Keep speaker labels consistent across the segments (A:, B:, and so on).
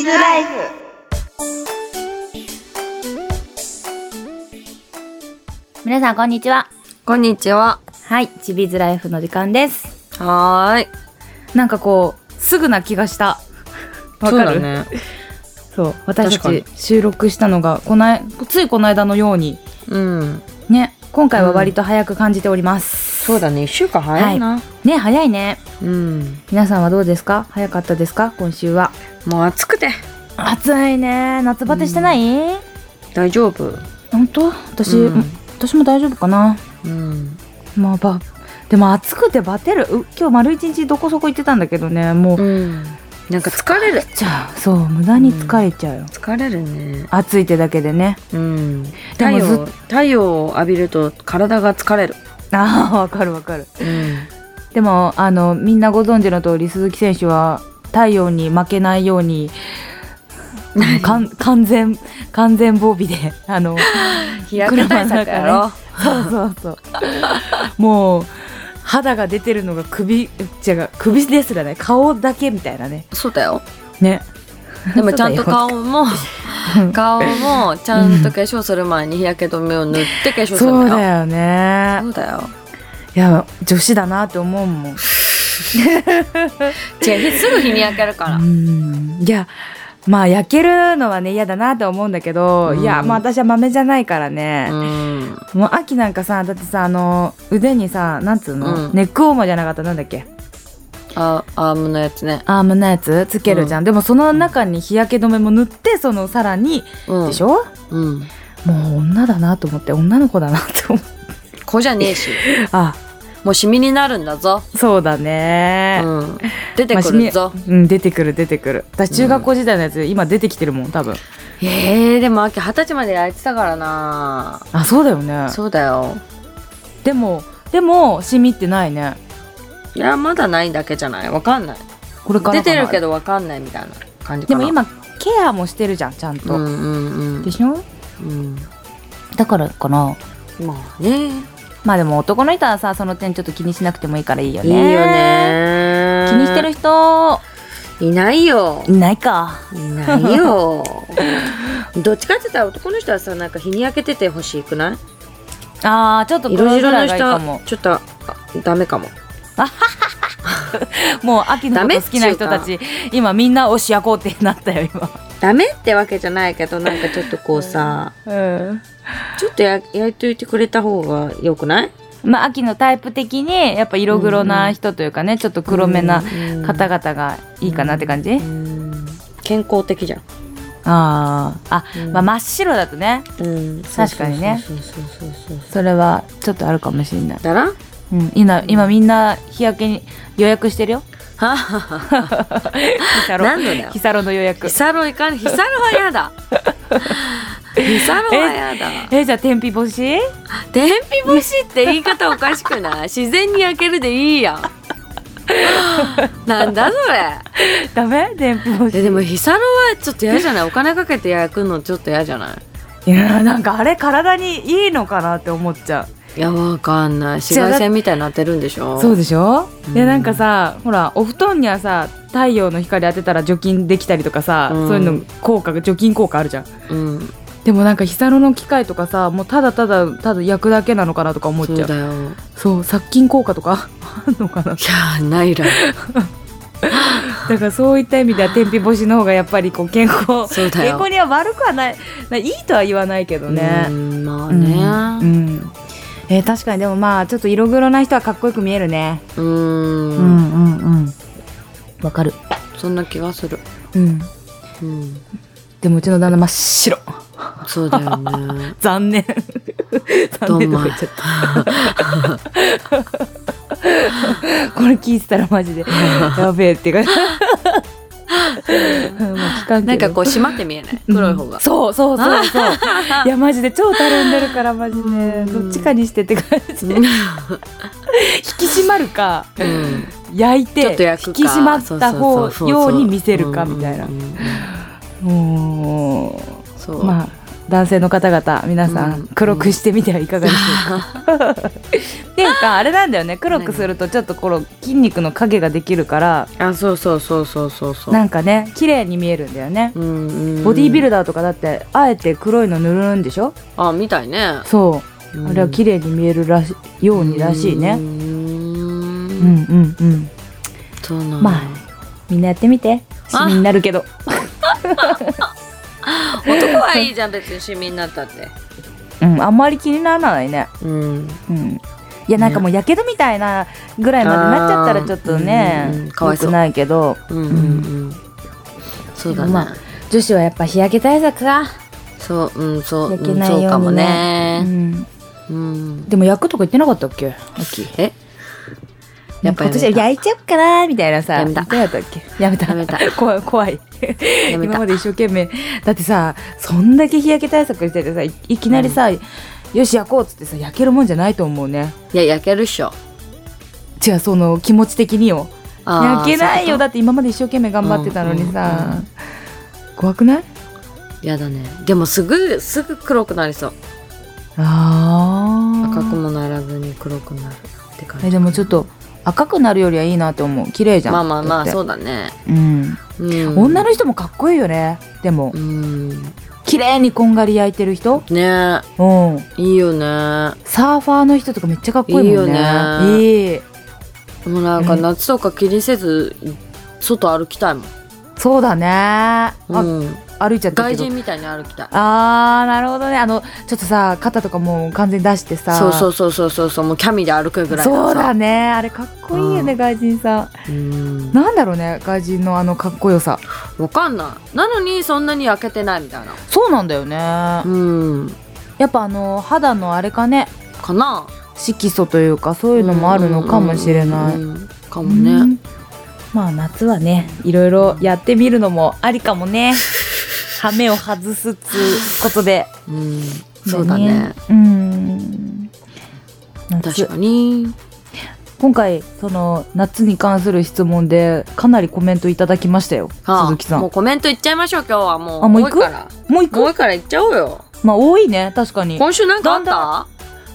A: ズライフ
B: 皆さんこんにちは
A: こんにちは
B: はいチビーズライフの時間です
A: はーい
B: なんかこうすぐな気がしたわ
A: そう
B: か
A: だ
B: る
A: ね
B: そう,、私た
A: 確
B: ち収録したのがこないついこの間のように
A: うん
B: ね今回は割と早く感じております、
A: そうだね一週間早いな、
B: ね早いね
A: うん
B: 皆さんはどうですか早かったですか今週は
A: もう暑くて
B: 暑いね夏バテしてない、
A: 大丈夫
B: 本当私、
A: うん
B: 私も大丈夫かな
A: うん
B: まあばでも暑くてバテるう今日丸一日どこそこ行ってたんだけどねもう、
A: うんなんか疲れる
B: じゃあそう無駄に疲れちゃうよ、
A: 疲れるね
B: 暑いってだけでね
A: うん
B: で
A: 太
B: もず
A: 陽太陽を浴びると体が疲れる
B: ああわかるわかる
A: うん
B: でもあのみんなご存知の通り鈴木選手は太陽に負けないよ うにあのかん完全完全防備で あの
A: 日焼け対策やろ
B: そうそうそうもう肌が出てるのが首違う首ですらね顔だけみたいなね
A: そうだよ
B: ね
A: でもちゃんと顔も
B: うん
A: 顔もちゃんと化粧する前に日焼け止めを塗って化粧するんだよ
B: そうだよね
A: そうだよ
B: いや女子だなって思うもん
A: 違うすぐ日に焼けるから
B: うんいやまあ焼けるのはね嫌だなって思うんだけど、
A: うん
B: いやまあ私は豆じゃないからね、
A: うん
B: もう秋なんかさだってさあの腕にさなんつう
A: う
B: の、
A: ん
B: ネックウォーマーじゃなかったなんだっけ
A: あアームのやつね
B: アームのやつつけるじゃん、でもその中に日焼け止めも塗ってそのさらに、
A: うん
B: でしょ
A: うん
B: もう女だなと思って女の子だなと思って
A: 子じゃねえし
B: あ
A: もうシミになるんだぞ、
B: そうだ
A: う
B: ね、
A: ん、出て
B: まあ
A: くるぞ、
B: しみうん、出てくる出てくる私中学校時代のやつ、今出てきてるもん多分
A: えー、でも秋二十歳までやってたからな
B: あそうだよね
A: そうだよ
B: でもでもシミってないね
A: いやまだないだけじゃないわかんない
B: これか
A: 出
B: ら
A: てるけ
B: ど
A: どわかんないみたいな感じか
B: で
A: な
B: も今ケアもしてるじゃんちゃん
A: う
B: と、
A: んうんう
B: で
A: ん
B: しょ
A: うん
B: だからかな
A: まあね
B: まあでも男の人はさその点ちょっと気にしなくてもいいからいいよ
A: い
B: ね
A: いよね
B: 気にしてる人
A: いないよ
B: いないか
A: いないよ どっちかって言ったら男の人はさなんか日に焼けててほしくない
B: あーちょっと
A: 色
B: 黒
A: 白
B: 白が
A: の
B: いい
A: 人
B: かも
A: はちょっとあダメかも
B: もう秋のこと好きな人たち今みんなおしやこうってなったよ
A: ダメってわけじゃないけどなんかちょっとこうさ
B: 今うん
A: ちょっとや焼いといてくれた方がよくない
B: まあ秋のタイプ的にやっぱ色黒な人というかねちょっと黒めな方々がいいかなって感じ、
A: うん健康的じゃん、
B: あーあ、
A: うん
B: まあ真っ白だとね
A: うん、
B: 確かにね
A: そうそうそうそうそう
B: それはちょっとあるかもしれない、
A: だら
B: うん、今今みんな日焼けに予約してるよ
A: はは
B: ヒサロ
A: 何のだよ
B: ヒサロの予約
A: ヒサロいかんヒサロはや だヒサロはやだ
B: えじゃあ天日干し
A: 天日干しって言い方おかしく ない自然に焼けるでいいやんなんだそれ
B: ダメ天日干し
A: えでもヒサロはちょっと嫌じゃないお金かけて焼くのちょっと嫌じゃない
B: いやーなんかあれ体にいいのかなって思っちゃ
A: いやわかんない紫
B: じゃあ
A: 外線みたいになってるんでし
B: う
A: ょ
B: そうでしょ、
A: うん
B: いやなんかさほらお布団にはさ太陽の光当てたら除菌できたりとかさ、
A: うん
B: そういうの効果が除菌効果あるじゃん
A: うん
B: でもなんかヒサロの機械とかさもうただただただ焼くだけなのかなとか思っち
A: そ
B: ゃう
A: うだよい
B: そう殺菌効果とか あるのかな
A: やーないら
B: だからそういった意味では天日干しの方がやっぱりこう健康
A: そうだ
B: 健
A: よ
B: 康には悪くはないないいとは言わないけど
A: う
B: ね
A: んまあ
B: うん
A: ね
B: うんえー確かにでもまあちょっと色黒な人はかっこよく見えるね
A: う
B: うんんうんうんわかる
A: そんな気がする
B: うん
A: うん
B: でもうちの旦那真っ白
A: そうだよね
B: 残念残念とか言っちゃったこれ聞いてたらマジでやべえって いうかうんまあ聞かん
A: な
B: け
A: ん
B: ど
A: かこう締まって見えない黒い方
B: う
A: が
B: んそうそうそうそう いやマジで超たるんでるからマジ
A: う
B: で
A: ん
B: どっちかにしてって感じ引き締まるか
A: うん
B: 焼いて
A: ちょっと焼く
B: 引
A: か
B: き締まった
A: そ
B: 方
A: うそうそうそう
B: ように見せるかみたいな
A: うんうんうん
B: も
A: そうう
B: まあ男性の方々皆さ
A: うん
B: ん黒くしてみてはいかがでし ょうか。っていうかあれなんだよね黒くするとちょっとこの筋肉の影ができるから
A: あそうそうそうそうそうそう
B: なんかね綺麗に見えるんだよね。
A: うんうん
B: ボディービルダーとかだってあえて黒いの塗るんでしょ
A: あみたいね
B: そうあれは綺麗に見えるらしようにらしいう
A: ー
B: ね。
A: ん
B: うんうんうん。
A: そうなんだ
B: まあみんなやってみてシミになるけど
A: 男はいいじゃん別にシミになったって
B: うんあんまり気にならないね。
A: うん
B: うんいやなんかもうやけどみたいなぐらいまでなっちゃったらちょっと
A: あーうんうん
B: ね
A: かわい
B: 良
A: そう
B: くないけど
A: うんうんうんそうだね、
B: まあ女子はやっぱ日焼け対策か、
A: そううんそう、
B: 焼け
A: うん、
B: ないように
A: そ
B: ね
A: うかもね
B: ん、
A: うん
B: でも焼くとか言ってなかったっけ秋
A: えやっぱや
B: 今
A: め
B: 年は
A: た
B: 焼いちゃうかなみたいなさ
A: やめた
B: 言ってなかったっけやめた
A: やめた
B: 怖い怖い
A: やめ
B: 今
A: た
B: まで一生懸命だってさそんだけ日焼け対策しててさいいきなりさ、よし焼こうっつってさ焼けるもんじゃないと思うね
A: いや焼けるっしょ
B: じゃあその気持ち的によ
A: あ
B: 焼
A: ー
B: けない
A: そ
B: よ
A: う
B: だって今まで一生懸命頑張ってたのに
A: うんうん
B: さ、
A: う
B: 怖くない
A: いうことやだねでもすぐすぐ黒くなりそう
B: あ
A: 赤く
B: あ
A: もならずに黒くなるって感じ
B: えでもちょっと赤くなるよりはいいなと思う綺麗じゃん
A: まあまあまあ
B: だって
A: そうだね、
B: うん
A: うん、
B: 女の人もかっこいいよねでも
A: うん
B: 綺麗にこんがり焼いてる人
A: ね
B: うん
A: いいよね
B: サーファーの人とかめっちゃかっこいいもんね
A: いいよね
B: いい
A: もうなんか
B: うん
A: 夏とか気にせず外歩きたいもん、
B: そうだねあ、
A: うん、
B: 歩いちゃったけ
A: 外
B: ど
A: 人みたいに歩きたい
B: あーなるほどねあのちょっとさ肩とかもう完全に出してさ
A: そうそううそうそうそうそうもうキャミで歩くぐらいのさ
B: そうだねあれかっこいいよね、
A: う
B: 外人さん
A: うん
B: なんだろうね外人のあのかっこよさ
A: わかんないなのにそんなに焼けてないみたいな
B: そうなんだよねや
A: うん
B: っぱあの肌のあれかね
A: かな
B: 色素というかそう
A: そ
B: いうのもあるのかもしれない
A: かもね、
B: うんまあ夏はねいろいろやってみるのもありか もね羽目を外すっつうことで
A: うん、そうだね
B: うん
A: 確
B: 夏
A: かに
B: 今回その夏に関する質問でかなりコメントいただきましたよ
A: ああ
B: 鈴木さん
A: もうコメントいっちゃいましょう今日はもう
B: あもう行
A: 多い
B: く
A: から
B: もう一
A: もう
B: 個
A: いからいっちゃおうよ
B: まあ多いね確かに
A: 今週なんかあった
B: だ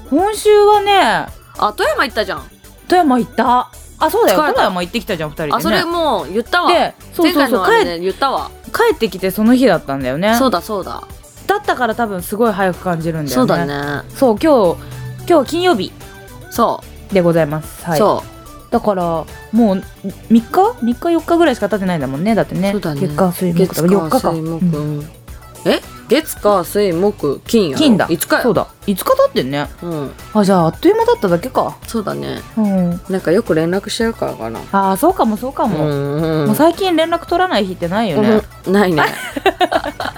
B: 今週はね
A: あ富山行ったじゃん、
B: 富山行ったあそうだよ
A: 疲れた
B: 富山行ってきたじゃん二人で、ね、
A: あそれもう言ったわ
B: でそう
A: 前
B: そう
A: 回
B: そ
A: の
B: う
A: あれ
B: 帰,、
A: で言ったわ
B: 帰ってきてその日だったんだよね
A: そうだそうだ
B: だったから多分すごい早く感じるんだよね
A: そうだね
B: そう今日今日は金曜日
A: そ
B: でございます、
A: う
B: はい、
A: そ
B: だからもう3日3日4日ぐらいしか経ってないんだもんねだってね
A: そうだね
B: 月火水
A: う
B: 木と
A: 月
B: か4
A: 火
B: 日か、
A: 水木
B: うん
A: うんえ月火水木金やろ
B: 金だ
A: いつか
B: そう
A: よ
B: だ5日経ってんね
A: うん
B: あじゃああっという間だっただけか
A: そうだね
B: うん
A: なんかよく連絡してるからかな
B: ああそうかもそうかも、
A: ん
B: もう最近連絡取らない日ってないよね、
A: うん ないね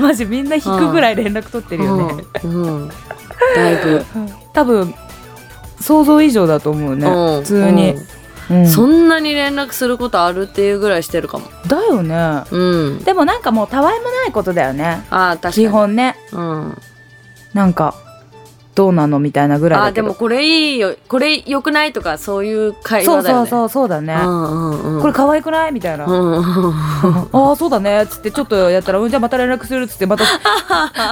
B: マジみんな引くぐらい連絡取ってるよね、
A: うんうんだいぶ
B: 多分想像以上だと思うね、
A: うん
B: 普通に、うん
A: うんそんなに連絡することあるっていうぐらいしてるかも
B: だよね
A: うん
B: でもなんかもうたわいもないことだよね
A: あー確かに
B: 基本ね
A: うん
B: なんかどうなのみたいなぐらい
A: あー
B: だけ
A: で
B: ど
A: もこれいいよこれ良くないとかそういう会
B: そう
A: 話だよ
B: そう
A: ね
B: そうそうだね、
A: うんうんうん
B: これ可愛くないみたいな、
A: う
B: あ
A: んうん
B: あそうだねっつってちょっとやったら、うん、じゃあまた連絡するっつっ てまた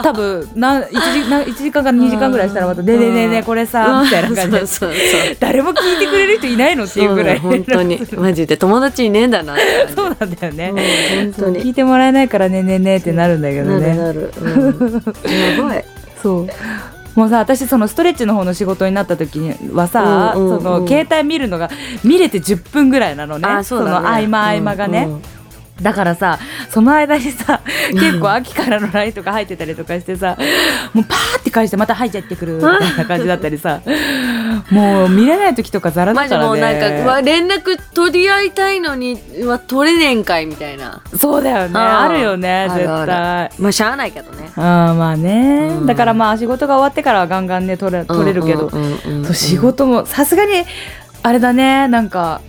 B: 多分な 1, 時な1時間から2時間ぐらいしたらまた「ねえねえねえねえこれ さ」みたいな感じ
A: うん
B: で
A: そうそうそう
B: 誰も聞いてくれる人いないのっていうぐらい
A: そうだよ本当にマジで友達いねえんだなって感じ
B: そうなんだよね、
A: うん本当
B: 聞
A: に
B: いてもらえないから「ねえねえねえ」ってなるんだけど
A: なる
B: ね
A: なる、うん、やばい
B: そうもうさ私そのストレッチの方の仕事になった時にはさ、
A: うんうんうん
B: その携帯見るのが見れて10分ぐらいなのね
A: あそうだね
B: の合間合間がね、
A: うんうん
B: だからさその間にさ結構秋からの LINE とか入ってたりとかしてさもうパーって返してまた入っちゃってくるみたいな感じだったりさもう見れない時とかざらだ
A: マジ
B: からね
A: もうなんかうわ連絡取り合いたいのにうわ取れねえんかいみたいな
B: そうだよね
A: あ
B: あ
A: ー
B: るよね
A: あ
B: 絶
A: る
B: 対
A: あるまあしゃあないけどね
B: あーまあね、
A: うん
B: だからまあ仕事が終わってからはガンガンね取れ取れるけど、
A: うんうんうんうん
B: そう仕事もさすがにあれだねなんか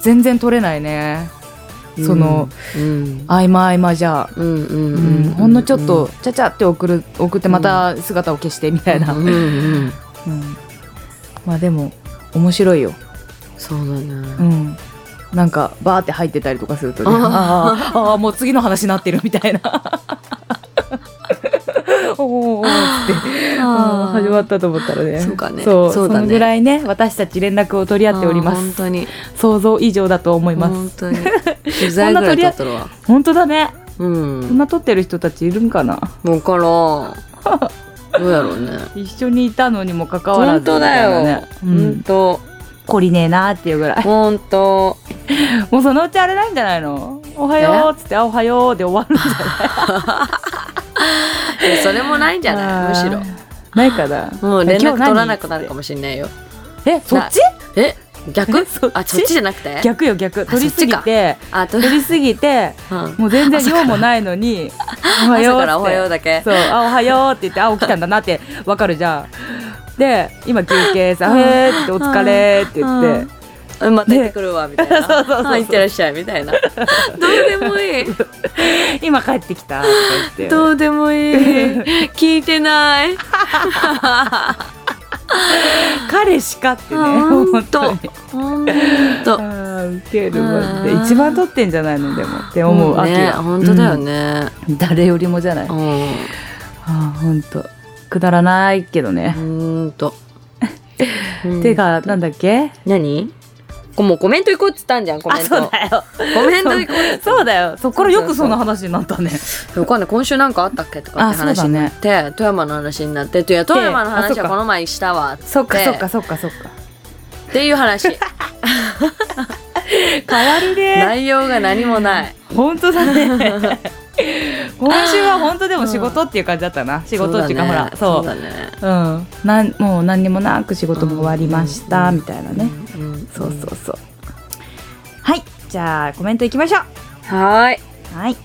B: 全然取れないねその、
A: うん
B: 合間合間じゃあ、
A: うんう
B: うん
A: うん
B: ん
A: うん
B: ほんのちょっとちゃちゃって送る送ってまた姿を消してみたいな、
A: うんうん
B: うん、まあでも面白いよ、
A: そうだ
B: う
A: ね
B: ん、なんかバーって入ってたりとかするとね
A: あー
B: あーあーもう次の話になってるみたいな って、うん始まったと思ったらね
A: そうかね
B: そう
A: そうだね
B: のぐらいね私たち連絡を取り合っておりま
A: あー本
B: す
A: 当に
B: 想像以上だと思います
A: 本当に取材ぐらい取ったるわ
B: 本当だね
A: うん
B: こんな撮ってる人たちいるんかな
A: もうからんどうやろうね
B: 一緒にいたのにもかかわらず
A: 本当だ
B: みたい
A: よ
B: なね
A: 本当
B: 懲りねえなっていうぐ らい
A: 本当
B: もうそのうちあれなんじゃないのおはようっつってあおはようで終わるんじ
A: いやそれもないんじゃ
B: ゃな
A: ない
B: い
A: むしろ
B: ないかな
A: もう連絡
B: 今日何
A: 取らなくなるかもしれないよ
B: えそっち
A: え逆
B: そっち
A: あそっちじゃなくて
B: 逆よ逆取りすぎ
A: そっ
B: て
A: あと、う
B: 取りすぎて
A: ん、
B: もう全然量もない のに「おはよ
A: 朝
B: う」っ
A: からおはよう
B: つっ
A: だけ
B: てそう「あおはよう」って言って「あ起きたんだな」ってわかるじゃんで今休憩さ「
A: うん
B: へえ」って「お疲れ」って言
A: う
B: っ
A: ん
B: て
A: うんまた行ってくるわみたいな
B: そうそうそうそう
A: あ行ってらっしゃいみたいな どうでもいい
B: 「今帰ってきた」とか言って
A: どうでもいい聞いて ない
B: 「彼しか」ってね
A: 本
B: 本
A: 当
B: 当に。
A: 本
B: あ
A: 当
B: ーウケる
A: あ
B: マジで
A: ー
B: 一番撮ってんじゃないのでもって思う、秋
A: ね
B: は
A: 本当だよ、ね
B: うん誰よりもじゃない、
A: う
B: あ
A: ん
B: あ本当くだらないけどね、
A: 本 当
B: てかなんだっけ
A: 何こもうコメント行こうっつったんじゃんコメント
B: だよ
A: コメント行こうっつ
B: そうだよそっからよくそんな話になったね
A: わかんない今週なんかあったっけとかって
B: あそう
A: 話
B: だ
A: に
B: ね
A: なって、富山の話になっていや富山の
B: あ
A: 話
B: そっ
A: は
B: か
A: この前したわっつって
B: そっかそっかそっかそっか
A: っていう話
B: 変わるね
A: 内容が何もない
B: 本当だ ね今週は本当でも仕事っていう感じだったな仕事っていうかほら
A: そ
B: そうう
A: だね
B: うんなんもう何にもなく仕事も終わりました、
A: うん
B: みたいなね、
A: そうだねうん
B: そうそうそう。はい、じゃあコメントいきましょう。
A: はーい
B: はい。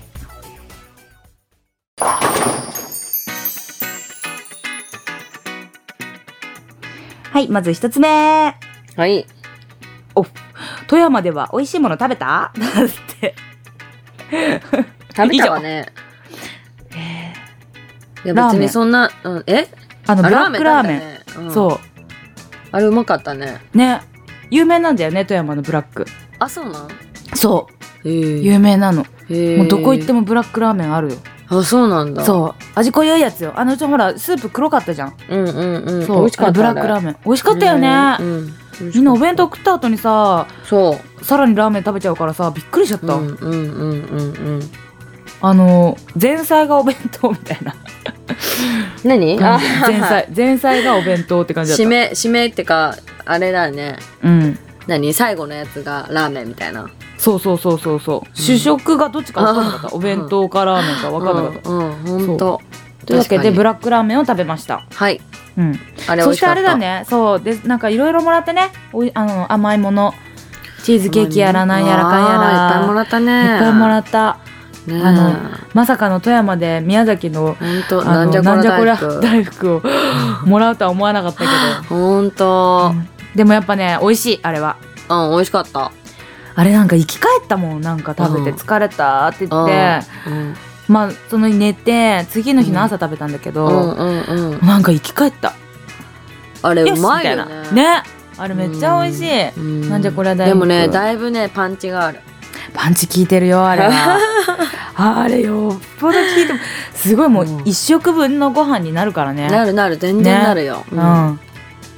B: はい、まず一つ目。
A: はい
B: 富山では美味しいもの食べた だって。
A: 食べたわねいや
B: ラー
A: 別
B: メン
A: にそんな、うん、え
B: あの、
A: あ
B: ブラックラーメン。
A: ン食べたね、うん
B: そ
A: あれうまかったね
B: う。ね。有名なんだよね、富山のブラック。
A: あそうなん
B: そ
A: え
B: う。
A: ー
B: 有名なの。
A: え
B: もうどこ行って
A: も
B: もブラックラーメンあるよ。
A: あそうなんだう
B: そう。味濃いやつよ。あのうちほら、スープ黒かったじゃん。
A: うんうんうん
B: そう
A: 美味しかった
B: ブラックラーメン美味しかったよ
A: う
B: ね、
A: んうん美味しかった
B: みんなお弁当食った後にさ
A: そう
B: さらにラーメン食べちゃうからさびっくりしちゃった、
A: うんうんうんうんうん。
B: あの前菜がお弁当みたいな
A: 何？ あ
B: 感じ前菜前菜がお弁当って感じだった
A: 締め締めってかあれだね。
B: うん
A: 何最後のやつがラーメンみたいな。
B: そうそうそうそうそう、主食がどっちか分かんなかったお弁当かラーメンか分かんなかった、
A: うんうん本当。
B: というわけでブ
A: ラ
B: ラックラーメンを食べました
A: はい
B: うん
A: あれ美
B: そ
A: 味
B: し
A: してか
B: あ
A: った。
B: れだ。ねそうでなんかいろいろもらってねおいあの甘いものチーズケーキやらなんやらかんや
A: あーいっぱいも
B: ら
A: らったね。
B: いっぱいもら
A: っ
B: った
A: た。ねえ。
B: あのまさかの富山で宮崎の
A: 本当
B: あ
A: なん
B: の
A: じゃこ
B: なんじゃこり
A: ら
B: ゃ
A: だ。
B: 大福を もらうとは思わなかったけ
A: 本当
B: ど、でもやっぱね美味しいあれは
A: うん美味しかった。
B: あれなんか生き返ったもんなんか食
A: う
B: べ
A: ん
B: て疲れたって言
A: うん
B: って、まあその日寝て次の日の朝食べたんだけ
A: う
B: ど、
A: んうんうんうん。
B: なんか生き返った
A: あれ
B: よ
A: う
B: し
A: ま
B: み
A: い
B: たい
A: よ
B: な
A: ね。
B: ねあれめっちゃ美味しい、
A: い
B: なんじゃこりゃ大
A: で
B: 福
A: もねだいぶねパンチがある。
B: パンチ効いてるよあ れはあれよっぽど効いてもすごいもう
A: うん
B: 一食分のご飯になるからね
A: なるなる全然
B: ね
A: なるよ。
B: うん、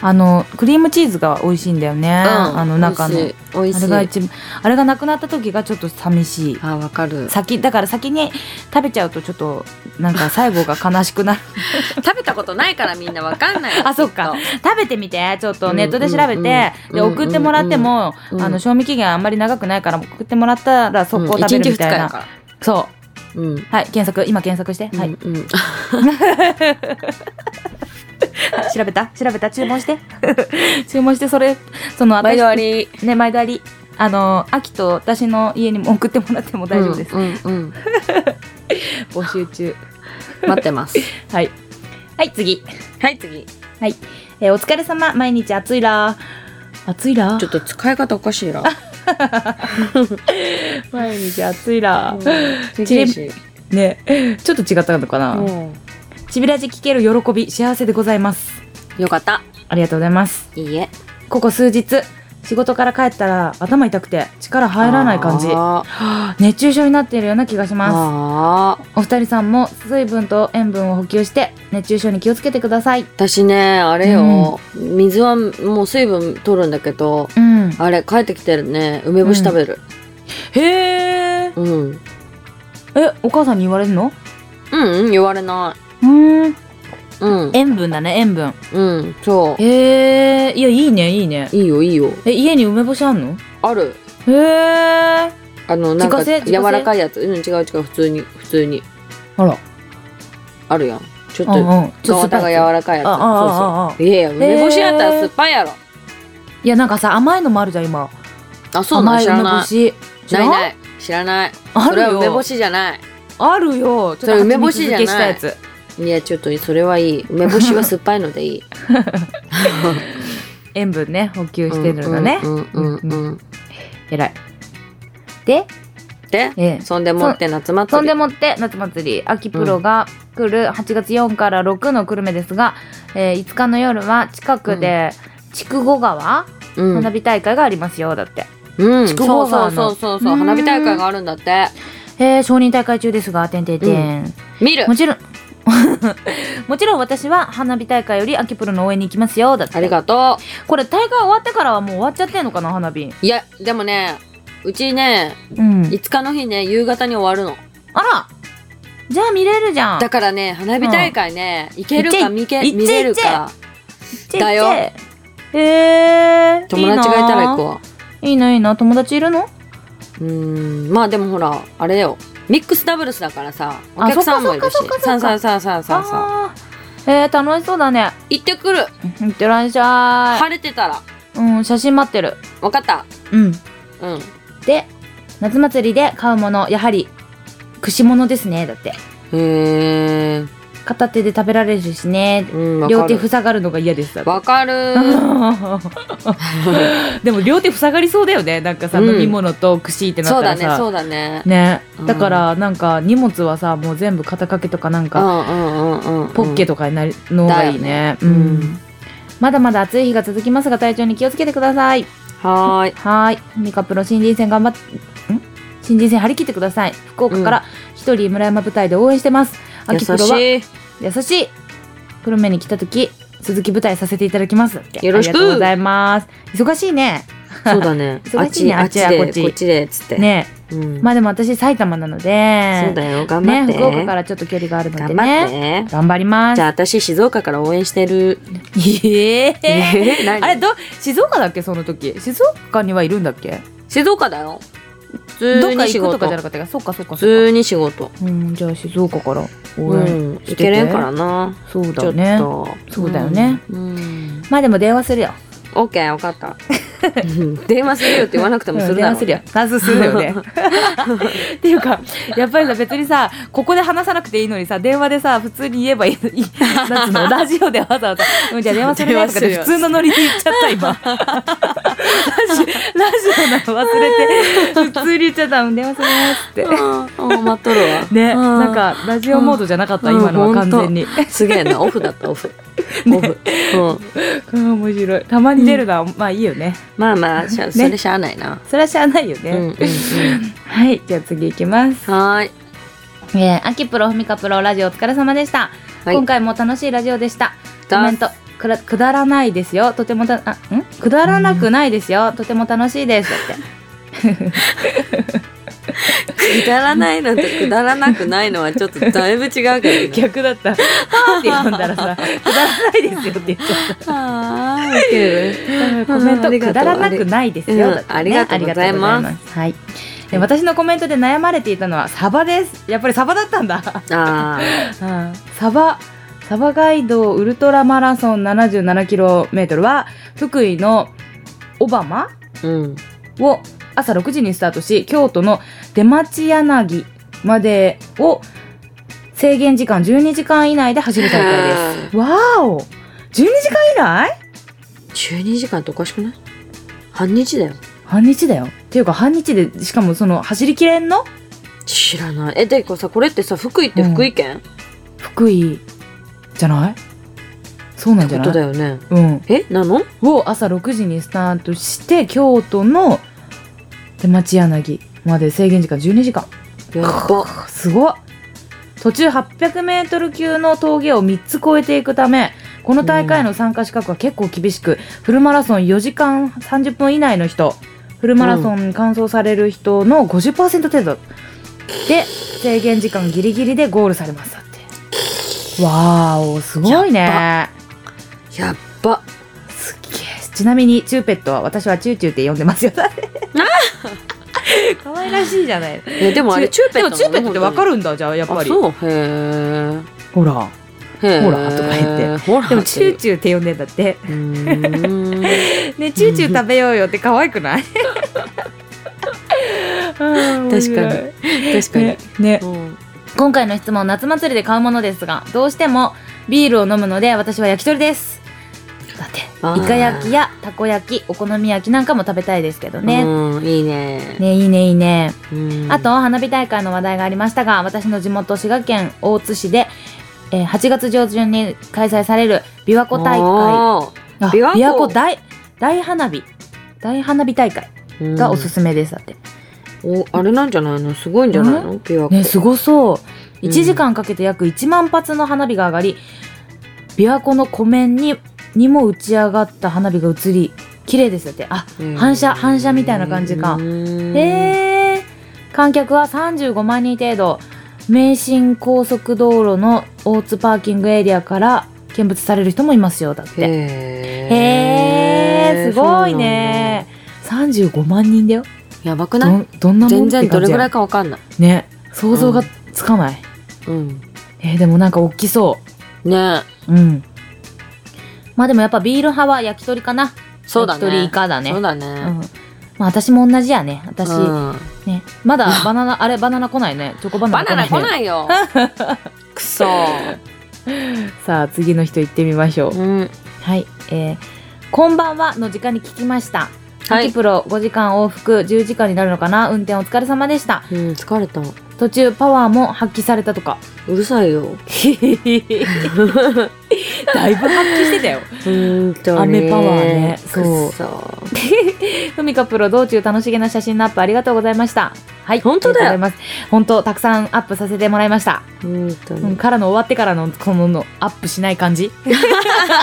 B: あのクリームチーズが美味しいんだよね、あの中の
A: 美味
B: あ
A: し
B: れ
A: い。
B: が
A: 美味しい
B: 一番あれがなくなった時がちょっと寂しい
A: あわかる。
B: 先だから先に食べちゃうとちょっとなんか最後が悲し くなる
A: 食べたことないからみんなわかんない。
B: あそっか
A: き
B: 食べてみてちょっとネットで調べ
A: うんうんうん
B: てで
A: うんうんうん
B: 送ってもらっても
A: うん
B: あの賞味期限あんまり長くないから送ってもらったら
A: と。
B: 速攻食べるみた
A: うん一日二
B: い
A: 日や
B: な、
A: から。
B: そ
A: うん。
B: うはい検索今検索して、はい
A: うんうん
B: 調べた調べた注文して 注文してそれその
A: 毎度あり。
B: ね毎度ありあの秋と私の家にも送ってもらっても大丈夫です、
A: うんうんうん
B: 募集中
A: 待ってます。
B: はいはい次
A: はい次。
B: はい、えーお疲れ様毎日暑いら暑いら
A: ちょっと使い方おかしいな。
B: 毎日暑いら
A: うん
B: ちれ
A: 厳しい
B: ねちょっと違ったのかな、
A: う
B: ちびらじ聞ける喜び幸せでございます
A: んよかった。
B: ありがとうございます
A: いいえ。
B: ここ数日仕事から帰ったら頭痛くて力入らない感じ
A: あー
B: 熱中症になっているような気がします
A: あー
B: お二人さんも水分と塩分を補給して熱中症に気をつけてください
A: 私ねあれよ、水はもう水分取るんだけど
B: うん
A: あれ帰ってきてるね梅干し食べる
B: へえ
A: うん、うん、
B: えお母さんに言われるの
A: うん言われな
B: うーん
A: いうん
B: 塩分だね塩分
A: うんそう
B: へえいやいいねいいね
A: いいよいいよ
B: え家に梅干しあんの
A: ある
B: へえ
A: あのなんか
B: 自家製
A: 柔
B: 自家製
A: らかいやつうん違う違う普通に普通に
B: あら
A: あるやんちょっ
B: うん
A: と
B: うん
A: 皮が柔らかいやつ
B: あああああ
A: そうそういやいや梅干しやったら酸っぱいやろ
B: いやなんかさ甘いのもあるじゃん今
A: あそうなの
B: 甘い
A: 知ら
B: 梅
A: な
B: 干
A: い
B: し
A: ないないい知らない
B: あ
A: そ
B: る
A: れは
B: よ
A: 梅干しじゃない
B: あるよち
A: それ梅干しじゃない
B: 蜂蜜漬けしたやつ
A: いやちょっとそれはいい梅干しは酸っぱいので いい
B: 塩分ね補給してるのね
A: うんうんうんうん
B: 偉いで
A: で
B: ええ
A: そんでもって夏
B: そん
A: 祭
B: で
A: り
B: もって夏祭り秋プロが来る8月4から6の久留米ですが、えー5日の夜は近くで筑後川
A: うん
B: 花火大会がありますよだって、
A: うん
B: 筑
A: そ
B: 後
A: うそ
B: 川
A: うそ
B: の
A: うそうそう
B: うん
A: 花火大会があるんだって
B: えー承認大会中ですがてんてんてん、
A: 見る
B: もちろん もちろん私は花火大会より秋プロの応援に行きますよだって
A: ありがと
B: これ大会終わってからはもう終わっちゃってんのかな花火
A: ういやでもねうちね
B: うん
A: 5日の日ね夕方に終わるの
B: あらじゃあ見れるじゃん
A: だからね花火大会ね行けるか見け
B: いっちゃえ
A: 見れるか
B: ちっちゃい
A: だよ
B: へえ
A: 友達がいたら行こ
B: ういいないいな友達いるの
A: ううんまあでもほらあれよミックスダブルスだからさお
B: あ
A: 客さんもいるし
B: そっかそっかそ
A: さ
B: っかそっか
A: あさあさあさあさあさあ
B: あーえー、楽しそうだね
A: 行ってくる
B: いってらっしゃ
A: 晴れてたら
B: い、うん、写真待ってる
A: 分かった
B: うん
A: うん
B: で夏祭りで買うものやはり串物ですねだって
A: へー
B: 片手で食べられるしね
A: うん分
B: 両
A: か
B: 手
A: る
B: 塞がるのが嫌ですだって
A: 分かる
B: でも両手塞がりそうだよねなんかさ、
A: うん
B: 飲み物と串ってな
A: そ
B: っ
A: う
B: た
A: だ
B: ら
A: ね
B: さ
A: そうだね
B: ね
A: うん
B: だからなんか荷物はさもう全部肩掛けとかなん
A: うん
B: か、
A: うんうんうん
B: ポッケとかになるのがいいね
A: だよね
B: う
A: うん
B: まだまだ暑い日が続きますが体調に気をつけてください
A: はーい
B: はーい。ミカプロ新人戦頑張っ、ん新人戦張り切ってください。福岡から一人村山舞台で応援してます。
A: 優
B: 秋プロは
A: し
B: 優しい。久留米に来た時、鈴木舞台させていただきますって。
A: よろしく
B: ありがとうございます。忙しいね。
A: そうだねあっ
B: 忙しい
A: ち
B: ね
A: あっち
B: あっちや
A: で
B: こっち
A: こっちでっつって
B: ね
A: うん
B: まあでも私埼玉なので、
A: そうだよ頑張
B: ね、
A: って
B: 福岡からちょっと距離があるので
A: 頑
B: ね。
A: 張って
B: 頑張りま
A: じ
B: す
A: ゃあ。私静岡から応援してる。
B: ええ
A: 何
B: あれど、静岡だっけその時。静岡にはいるんだっけ
A: 静岡だよ。普
B: どっ
A: 通
B: か
A: に仕
B: 行くと
A: 事。
B: かじゃな
A: 普
B: かったから。そっかそっかそっ
A: 通に仕事。
B: か。うん、じゃあ静岡から応
A: う
B: 援
A: ん、
B: してて
A: いけれんからな。
B: そう
A: ち
B: だ
A: ょ
B: よ
A: っ
B: ね。
A: と。
B: そうだよね
A: うん。うん。
B: まあでも電話するよ。
A: オッケー、わかった。 電話するよって言わなくてもす
B: うん
A: る
B: 電
A: だ
B: 話
A: ろ
B: す
A: う
B: る
A: ね、
B: よ。数する よね。っていうか、やっぱりさ、別にさ、ここで話さなくていいのにさ、電話でさ、普通に言えばいいのに、なんつ うの、ラジオでわざわざ、うん、じゃあ電話するねとかで
A: 電
B: 普
A: 話する
B: 通のノリで言っちゃった、今。ラジラジオなの忘れて、普通に言っちゃった、うん、電話するねっつって。
A: うんうん待っとるわ。
B: ね、
A: うん
B: なんか、ラジオモードじゃなかった、今のは完全に。
A: すげえな、オフだった、オ フ。オフ。うん。
B: うん、面白い。たまに出るな、まあいいよね。
A: まあまあ、しゃ
B: ね
A: それしゃあないな。
B: それはしゃあないよね。
A: うんうんうん。
B: はい、じゃあ次行きます。
A: はーい。
B: えー、秋プロ、ふみかプロ、ラジオお疲れ様でした。
A: はい
B: 今回も楽しいラジオでした。コ
A: だ
B: メント、くらくだらないですよ。とてもた、あ、んくだらなくないですよ。とても楽しいです。だって。
A: くだらないのとくだらなくないのはちょっとだいぶ違うけどね。
B: 逆だった。パーって読んだら さ、くだらないですよって言っちゃっ
A: あーウケる
B: た。コメン
A: うんあ
B: ト、
A: りがと
B: く
A: う
B: だらなくないですよ。
A: うん
B: だって
A: ありがとうございます
B: ありがとうございます。はい。え私のコメントで悩まれていたのはサバです。やっぱりサバだったんだ。
A: あー
B: うんサバサバガイドウルトラマラソン 77km は福井の小浜
A: うん。
B: を朝6時にスタートし京都の出町柳までを制限時間12時間以内で走る大会です。わーお !12 時間以内
A: 12時間っておかしくない半日だよ。
B: 半日だよ。っていうか半日でしかもその走りきれんの
A: 知らない。え、でこうさ、これってさ、福井って福井県、
B: 福井じゃないそうなんじゃ
A: こ
B: ない
A: とだよね
B: うん、
A: えなの
B: を朝6時にスタートして京都の出町柳まで制限時間12時間
A: やば
B: すごい途中 800m 級の峠を3つ越えていくためこの大会の参加資格は結構厳しく、フルマラソン4時間30分以内の人フルマラソン完走される人の50%程度で制限時間ギリギリでゴールされますだってわーおすごいね
A: やっば
B: すっげえちなみにチューペットは私はチューチューって呼んでますよ可愛らしいじゃない
A: えでもあれチューペッ
B: で
A: ト
B: もチューペットってわか
A: る
B: るんだじゃあやっぱ
A: あ
B: り
A: そうへ
B: ほら
A: えへえ
B: ほらとか言って
A: ほら
B: でもチュー
A: チ
B: チューって呼んでんだって
A: ュー
B: ねチューチュー食べようよって可愛くない
A: 確かに
B: 確
A: 確かに、
B: ねね
A: うん
B: 今回の質問夏祭りで買うものですがどうしてもビールを飲むので私は焼き鳥ですだって
A: あー
B: イカ焼きやたこ焼きお好み焼きなんかも食べたいですけどね、
A: うんいいね
B: ねいいねいいね
A: うん
B: あと花火大会の話題がありましたが私の地元滋賀県大津市で、えー8月上旬に開催される琵琶湖大会
A: おー
B: あ
A: 琵琶湖
B: 琵琶湖大大花火大花火大会
A: うん
B: がおすすめですだって、
A: おあれなんじゃないのすごいんじゃないの琵琶湖
B: ねすごそう
A: うん
B: 1時間かけて約1万発の花火が上がり琵琶湖の湖面ににも打ち上がった花火が映り綺麗ですだってあ
A: うん
B: 反射反射みたいな感じか
A: うん
B: へえ観客は35万人程度名神高速道路の大津パーキングエリアから見物される人もいますよだって
A: へ
B: へえすごいね35万人だよ
A: そうなんだやばく
B: ど
A: ない
B: んどんなもん
A: 全然どれぐらい
B: い
A: かわかんない
B: ね想像がつかない、
A: うん
B: えーでもなんか大きそ
A: ね
B: ううんまあでもやっぱビール派は焼き鳥かな
A: そうだね
B: 焼き鳥イカだね
A: そうだ
B: う
A: ね
B: んまあ私も同じやね私、
A: うん
B: ねまだバナナあれバナナ来ないねチョコバナ
A: バ
B: ナ来
A: ナ
B: な
A: ナ
B: い、
A: 来ない
B: ね、
A: よくそ
B: さあ次の人行ってみましょう、
A: うん
B: はいえーこんばんはの時間に聞きました。
A: は
B: ゆき
A: い
B: プロ5時間往復10時間になるのかな運転お疲れ様でした。
A: うん疲れた
B: 途中パワーも発揮された とか。
A: うるさいよ
B: だいぶ発揮してたよ。
A: 本当に
B: 雨パワーねそう
A: くそ
B: ふみかプロ道中楽しげな写真のアップありがとうございました。はい。
A: 本当だよ
B: ありがとうございます。本当たくさんアップさせてもらいました。
A: 本当
B: うん、
A: に
B: からの終わってからのこののアップしない感じ。
A: もう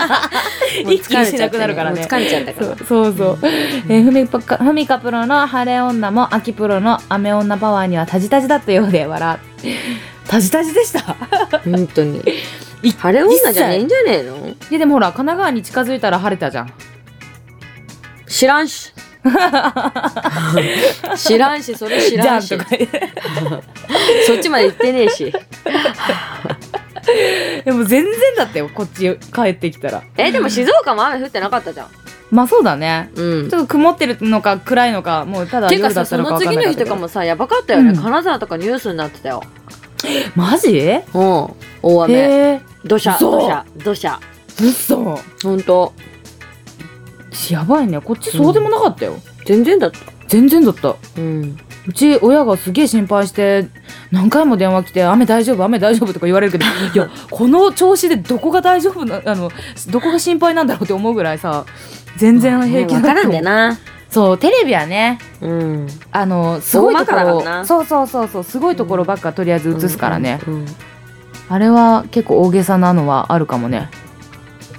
B: 一気にしなくなるからね
A: 疲れちゃったから
B: そうそうそう。えーふみかふみかプロの晴れ女も秋プロの雨女パワーにはタジタジだったようで笑う。タジタジで した。
A: 本当に
B: い
A: 晴れ女じゃねえんじゃねえの
B: いやでもほら神奈川に近づいたら晴れたじゃん。
A: 知らん し知らんしそれ知らんし
B: じゃんとか言って。
A: そっちまで行ってねえし
B: でも全然だったよこっち帰ってきたら。
A: えでも静岡も雨降ってなかったじゃん
B: まあそうだね。
A: うん
B: ちょっと曇ってるのか暗いのかもうただ
A: ていう
B: 夜
A: か
B: だ
A: さそ
B: ったのか
A: の
B: わかん
A: 次
B: な
A: の
B: かっ
A: 日
B: たけ
A: と
B: ど
A: かもさやばかったよね、
B: うん
A: 金沢とかニュースになってたよ
B: マジへ
A: うん大雨
B: え
A: 土砂
B: 嘘
A: 土砂土砂
B: 嘘
A: ほんと
B: やばいねこっちそうでもなかったよ、
A: 全然だった
B: 全然だった
A: うん
B: うち親がすげえ心配して何回も電話来て「雨大丈夫雨大丈夫」とか言われるけどいやこの調子でどこが大丈夫なあのどこが心配なんだろうって思うぐらいさ全然平気
A: わ
B: だった
A: からんでな
B: そうテレビはね
A: うん
B: あのすごいとこ
A: 大
B: ろ
A: まかだからな
B: そうそうそうそうすごいところばっかとりあえず映すからね、
A: うん
B: あれは結構大げさなのはあるかもね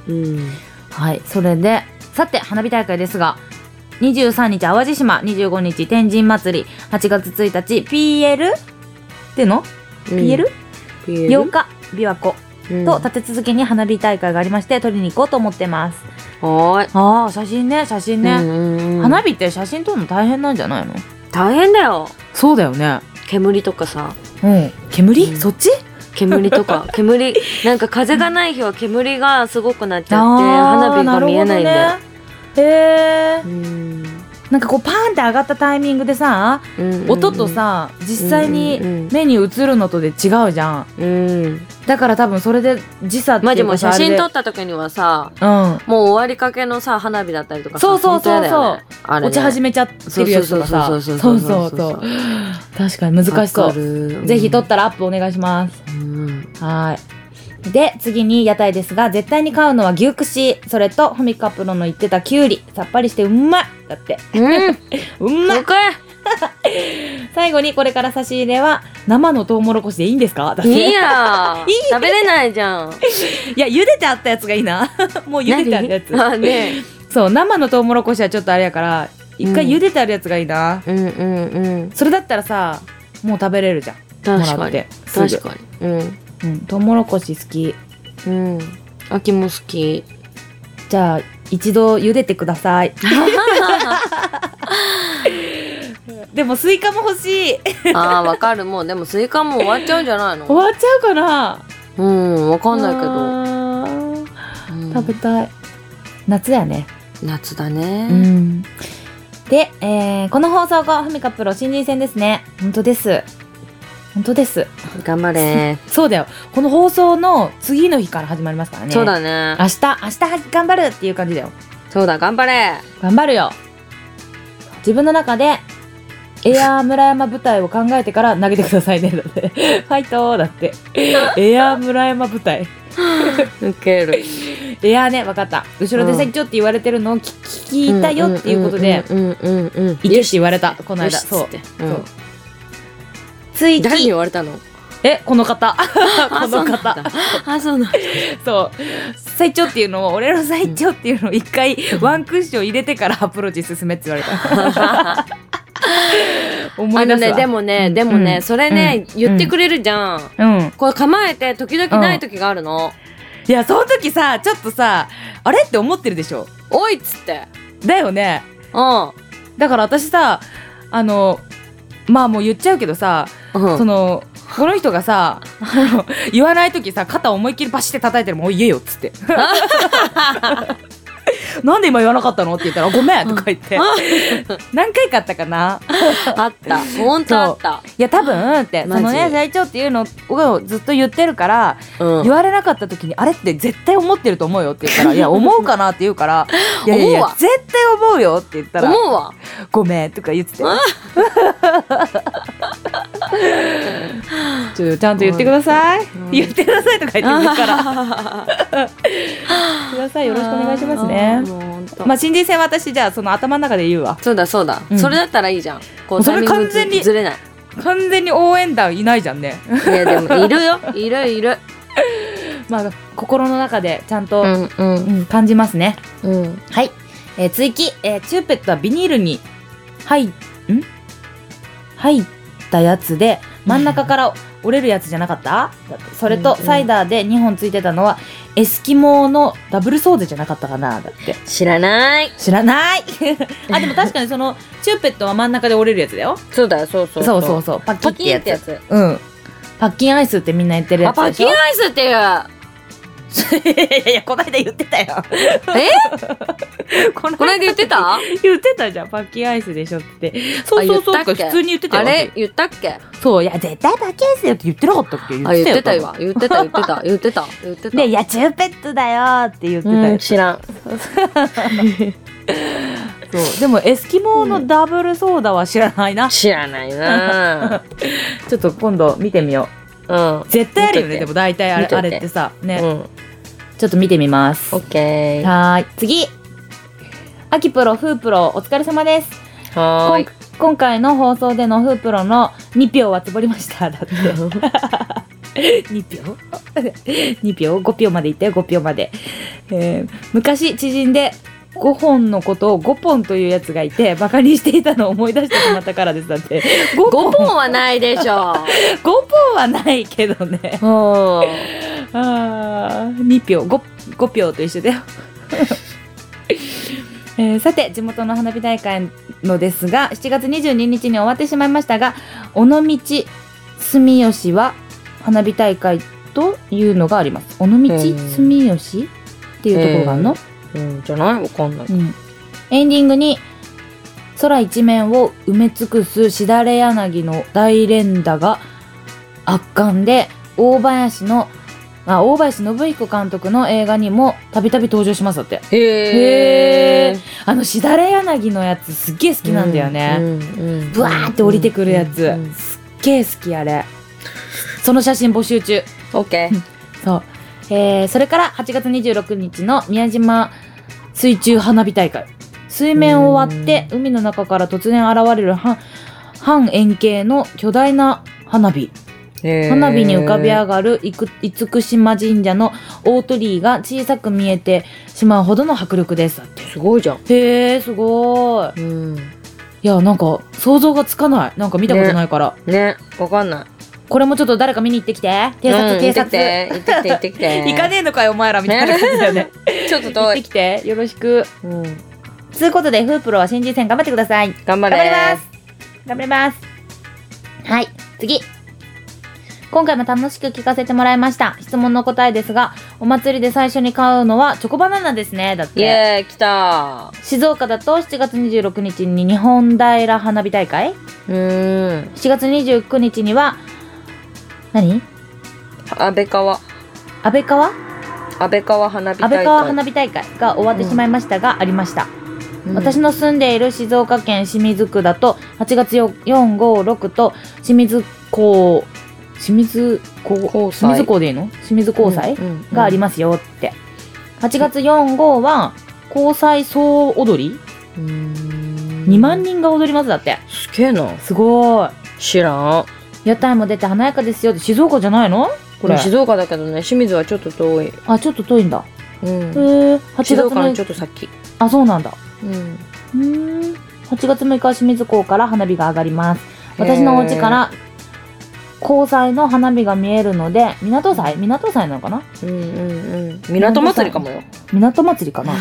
A: うん
B: はい、それで、さて、花火大会ですが、23日淡路島、25日天神祭り、8月1日 PL? っての、PL?8
A: 言える
B: 日琵琶湖
A: うん
B: と立て続けに花火大会がありまして、撮りに行こうと思ってます。
A: はーい
B: ああ、写真ね、写真ね。
A: ね
B: 花火って写真撮るの大変なんじゃないの
A: 大変だよ
B: そうだよね。
A: 煙とかさ
B: うん。煙、
A: うん
B: そっち
A: 煙と か煙なんか風がない日は煙がすごくなっちゃって
B: あー
A: 花火が見えないんだよ、
B: るほどねへえ
A: う。ん
B: なんかこうパーンって上がったタイミングでさ、
A: うんうんうん
B: 音とさ、実際に
A: うんうんうん
B: 目に映るのとで違うじゃん。
A: うん
B: だから多分それで時差って
A: まあ
B: い
A: で
B: う
A: も
B: かさ
A: 写真撮
B: あ
A: った時にはさ
B: れでうん
A: もう終わりかけのさ花火だったりとかさ
B: そうそうそ
A: 本当や
B: うそう
A: だよねあれね
B: 落ち始めちゃってるやつとかさ
A: そうそうそうそうそう
B: そう そう確かに難しそうぜひ撮ったらアップお願いします
A: うん
B: はーいで、次に屋台ですが、絶対に買うのは牛串。それと、ふみかプロの言ってたきゅうり。さっぱりしてうんまいだって。
A: うん
B: うんまい
A: 了解
B: 最後に、これから差し入れは、生のトウモロコシでいいんですかだって。
A: いいや
B: いいね
A: 食べれないじゃん
B: い や、茹でてあったやつがいいな。 もう茹でてあるやつ
A: 何。 あね
B: そう、生のトウモロコシはちょっとあれやから、一回
A: うん
B: 茹でてあるやつがいいな。
A: うんうんうん
B: それだったらさ、もう食べれるじゃん。
A: 確
B: もら
A: か
B: っ
A: に
B: て。すぐ
A: 確かにうん
B: うん、トウモロコシ好き。
A: うん秋も好 き
B: じゃあ、一度茹でてくだ さい。でも、スイカも欲しい。
A: あーわかるもうでもスイカもう終わっちゃうんじゃない
B: 終
A: の
B: わっちゃうかな
A: うんわかんないけど
B: ないけ
A: うん
B: 食べたい。夏やね。
A: 夏だ
B: う
A: ね
B: ん。で、えーこの放送後、ふみかプロ新人戦ですね。本当です。本当です。
A: 頑張れ
B: そうだよ。この放送の次の日から始まりますからね。
A: そう。だね
B: 明日、明日は頑張るっていう感じだよ。
A: そうだ頑張れ
B: 頑張るよ。自分の中で、エアー村山舞台を考えてから投げてくださいね。だって。 ファイトーだって。エアー村山舞台。
A: ウケる
B: エアーね、わかった。後ろで説教って言われてるのを聞き聞いたよっていうことで、
A: うんうんうんうんうん
B: いけって言われた、この
A: よ
B: 間。
A: し
B: そう
A: っ。つって。
B: そううん追
A: 誰に
B: 記。
A: 言われたの
B: え、この方。こ
A: あそ
B: の
A: うなん
B: 方
A: だ。あそう なんだ
B: そう。最長っていうのを、俺の最長っていうのを一回ワンクッション入れてからアプローチ進めって言われた。思
A: あ
B: い
A: の
B: 出すわ。
A: ね、でもね、
B: うん
A: でもね、
B: うん
A: それね、
B: うん
A: 言ってくれるじゃん。
B: うん。
A: これ構えて、時々ない時があるの。
B: いや、その時さ、ちょっとさ、あれって思ってるでしょ。
A: おいっつって。
B: だよね。
A: う
B: だから私さ、あの、まあもう言っちゃうけどさ、
A: ん。う
B: そ
A: ん。
B: の、この人がさ、 あの言わない時さ、肩思いっきりバシって叩いてるもん、おい言えよっ つって。なんで今言わなかったのって言ったら、ごめんとか言って。何回かあったかな
A: あった。ほんとあった。
B: いや、多分って、そ
A: マジ
B: のね、最長っていうのをずっと言ってるから、
A: うん
B: 言われなかった時に、あれって絶対思ってると思うよって言っ たら、いや、思うかなって言うから、いやいやい
A: 思う
B: や
A: わ、
B: 絶対思うよって言ったら、
A: 思うわ。
B: ごめんとか言ってて。ちょちゃんと言ってくださ
A: う
B: い。
A: ん
B: 言ってくださいとか言ってくるから。 ください。よろしくお願いしますね
A: あー。もうほんと
B: まあ、新人戦は私、じゃあ、その頭の中で言うわ。
A: そうだそうだ
B: う。ん
A: それだったらいいじゃん。こう、
B: そ
A: タイ
B: れ
A: ミング
B: 完全に
A: ずずれない。
B: 完全に応援団いないじゃ んね。
A: いや、でも、いるよ。いるいる。
B: まあ、心の中でちゃんと、
A: んうん
B: うん感じますね。
A: うん。
B: はい。えー追記、えーチューペットはビニールに入っ、ん入ったやつで、真ん中から折れるやつじゃなかっただってそれと、
A: うんうん
B: サイダーで2本ついてたのは、エスキモのダブルソーデじゃなかったかなだって。
A: 知らない。
B: 知 らないあ、でも確かにその、チューペットは真ん中で折れるやつだよ。
A: そうだ、そうそ。
B: そううそうそう。パッキ
A: パ
B: ンっ
A: キンってて
B: や
A: や
B: つ。
A: つ。
B: うん。パッキンアイスってみんな言ってるや
A: あ、
B: つ
A: パ
B: でし
A: キ
B: ょ
A: ンアイス っていう。
B: ン いやいやいや、こないだ言ってたよ。
A: え
B: こ の
A: この間言ってた
B: 言ってたじゃんパッキンアイスでしょってそうそうそう
A: あ言ったっけ
B: 普通に言ってた
A: あ
B: よ
A: れ言ったっけ
B: そういや絶対パッキンアイスだよって言ってなかったっけ言
A: あ、言ってた
B: よ
A: わ。言ってた、言ってた、言ってた、言って
B: 多
A: た。
B: 分でいやチューペットだよって言ってた
A: う
B: よ
A: ん、知らん。
B: そうでもエスキモーのダブルソーダは知らないな、
A: 知らない な
B: ちょっと今度見てみよ
A: ぁ。
B: う絶対あるよ
A: 見と
B: ね
A: いて
B: でも大体あれ
A: 見といて
B: あれってさ
A: う
B: ね、
A: ん。うん。
B: ちょっと見てみます
A: オ
B: は
A: ッケー。
B: ーい次アキプロフープロお疲れ様です
A: は ーい。
B: 今今回の放送でのフープロの2票はつぼりましただって2票 ?2 票 ?5 票までいったよ5票まで、えー昔知人で5本のことを5本というやつがいてバカにしていたのを思い出してしまったからですだって 5,
A: 5
B: 本 5,
A: 本はないでしょ
B: 本はないけどね
A: う。うん。
B: あー2票 5, 5票と一緒だよ、 えーさて地元の花火大会のですが7月22日に終わってしまいましたが尾道住吉は花火大会というのがあります尾道
A: うん
B: 住吉っていうところがあるの、
A: うん、じゃないわかんない。
B: うん、エンディングに空一面を埋め尽くすしだれ柳の大連打が圧巻で大林のあ大林信彦監督の映画にもたびたび登場しますだって
A: へ
B: へーあのしだれ柳のやつすっげえ好きなんだよね、
A: ね
B: ブワーって降りてくるやつ、
A: うんうん
B: すっげえ好きあれその写真募集中
A: オッケー。
B: そうえーそれから8月26日の宮島水中花火大会。水面を割って海の中から突然現れる半半円形の巨大な花火。花火に浮かび上
A: る
B: がるいく厳島神社の大鳥居が小さく見えてしまうほどの迫力です。だって
A: すごいじゃん
B: へえ、すごい。
A: うん
B: いや、なんか想像がつかない。なんか見たことないから。
A: ねわかんない
B: これもちょっと誰か見に行ってきて。警察、
A: うん
B: 警察。
A: 行ってきて行ってきて行ってきて
B: 行かねえのかよ、お前らみたいな感じだよね。
A: ちょっと
B: 行っ
A: 遠
B: て
A: い
B: きて。よろしく。
A: うん
B: つうことで、フープロは新人戦頑張ってください。
A: 頑張れ
B: 頑張ります。頑張ります。はい、次。今回も楽しく聞かせてもらいました。質問の答えですが、お祭りで最初に買うのはチョコバナナですね。だっ
A: イ
B: て。
A: エーイ来た
B: 静岡だと7月26日に日本平花火大会
A: うーん
B: ?7 月29日には、何
A: 安倍川
B: 安倍川
A: 安倍川花火大
B: 安倍
A: 会
B: 川花火大会が終わってしまいましたが、ありました。
A: うん
B: 私の住んでいる静岡県清水区だと8月456と清水港清水港
A: 交際
B: 清水港でいいの清水交際、
A: うんうんうん
B: がありますよって8月45は交際総踊り、
A: うーん
B: 2万人が踊りますだって
A: すげえな
B: すごい
A: 知らん
B: 屋台も出て華やかですよって静岡じゃないのこれ
A: 静岡だけどね清水はちょっと遠い、
B: あちょっと遠いんだ
A: うん
B: へえ8月
A: 静岡のちょ
B: の
A: っと先
B: あそうなんだ
A: うん
B: うーん8月6日は清水港から花火が上がります私のお家から交際の花火が見えるので港祭港祭なのかな
A: うんうんうん港祭りかもよ
B: 港祭りかな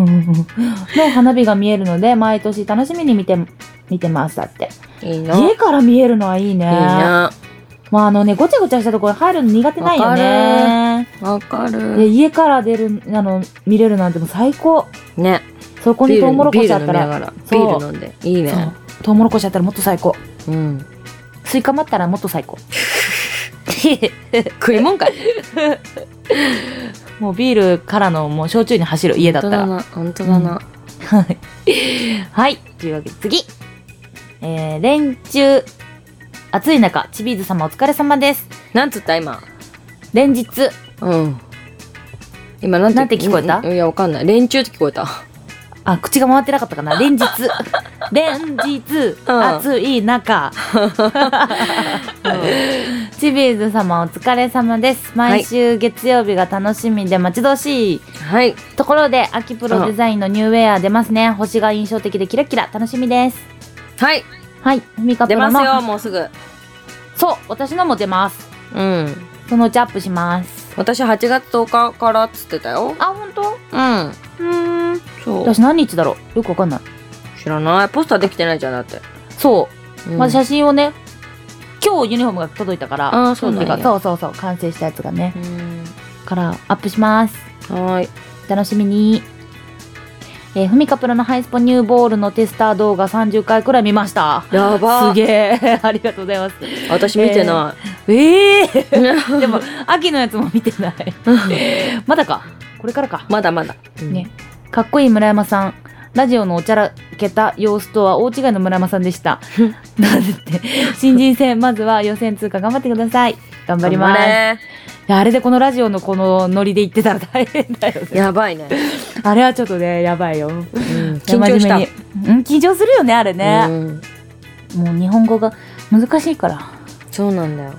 B: の花火が見えるので毎年楽しみに見て見てますだって
A: いいないい
B: 家から見えるのはいいね
A: な
B: まああのねごちゃごちゃしたところ入るの苦手ないよね
A: わか
B: で
A: る
B: 家から出るあの見れるなんてもう最高
A: ね
B: そこ
A: ビ
B: に
A: ー
B: トウモ
A: ル
B: ロコ
A: ビ
B: シ
A: ー
B: あ
A: ル
B: っ
A: 飲み
B: た
A: な
B: ら
A: がらビ
B: そう
A: ール飲んでいい
B: そう
A: ね
B: トウモロコシあったらもっと最高
A: うん
B: スイカもあったらもっと最高
A: 食いもんかい
B: もうビールからのもう焼酎に走る家だったら。
A: 本当だな本
B: はい。はい。というわけで次。えー、連中、暑い中、チビーズ様お疲れ様です。
A: 当だななんつった今
B: 連日、
A: うん今なんて
B: なんて聞こえた
A: うんいやわかんない連中って聞こえた
B: あ、口が回ってなかったかな。連日、連日、
A: うん
B: 暑い 中、チビーズ様お疲れ様です。毎週月曜日が楽しみで待ち遠しい。
A: はい
B: ところで、秋プロデザインのニューウェア出ますね。星が印象的でキラキラ、楽しみです。
A: はい
B: はい、ミカプ
A: 出
B: ロ
A: ま
B: の
A: すよもうすぐ
B: そう、私のも出ます。
A: うん
B: そのうちアップします。
A: 私8月10日からっつってたよ
B: あ、本当？
A: うん
B: うん。
A: そう
B: 私何日だろう。よくわかんない。
A: 知らないポスターできてないじゃんだって、
B: そう、
A: うん
B: まず写真をね、今日ユニフォームが届いたから、
A: あーそうなんや
B: 準備がそうそうそう完成したやつがね、
A: うん
B: からアップします。
A: はーい
B: 楽しみに。えー、ふみかプロのハイスポニューボールのテスター動画30回くらい見ました。
A: やば
B: すげえ。 ありがとうございます。
A: 私見てな
B: ええ
A: い、
B: でも、秋のやつも見てない。まだか。これからか。
A: まだまだ、うん
B: ねかっこいい村山さん。ラジオのおちゃらけた様子とは大違いの村山さんでした。 なんでって。新人戦、まずは予選通過頑張ってください。頑張ります。
A: 頑
B: い
A: 張
B: やあれでこのラジオのこのノリで行ってたら大変だよ
A: れ
B: ね。
A: やばいね、
B: あれはちょっとね、やばいよ。
A: うん緊張した
B: いや真面目にうん、緊張するよね、あれね。
A: うん
B: もう日本語が難しいから。
A: そうなんだよ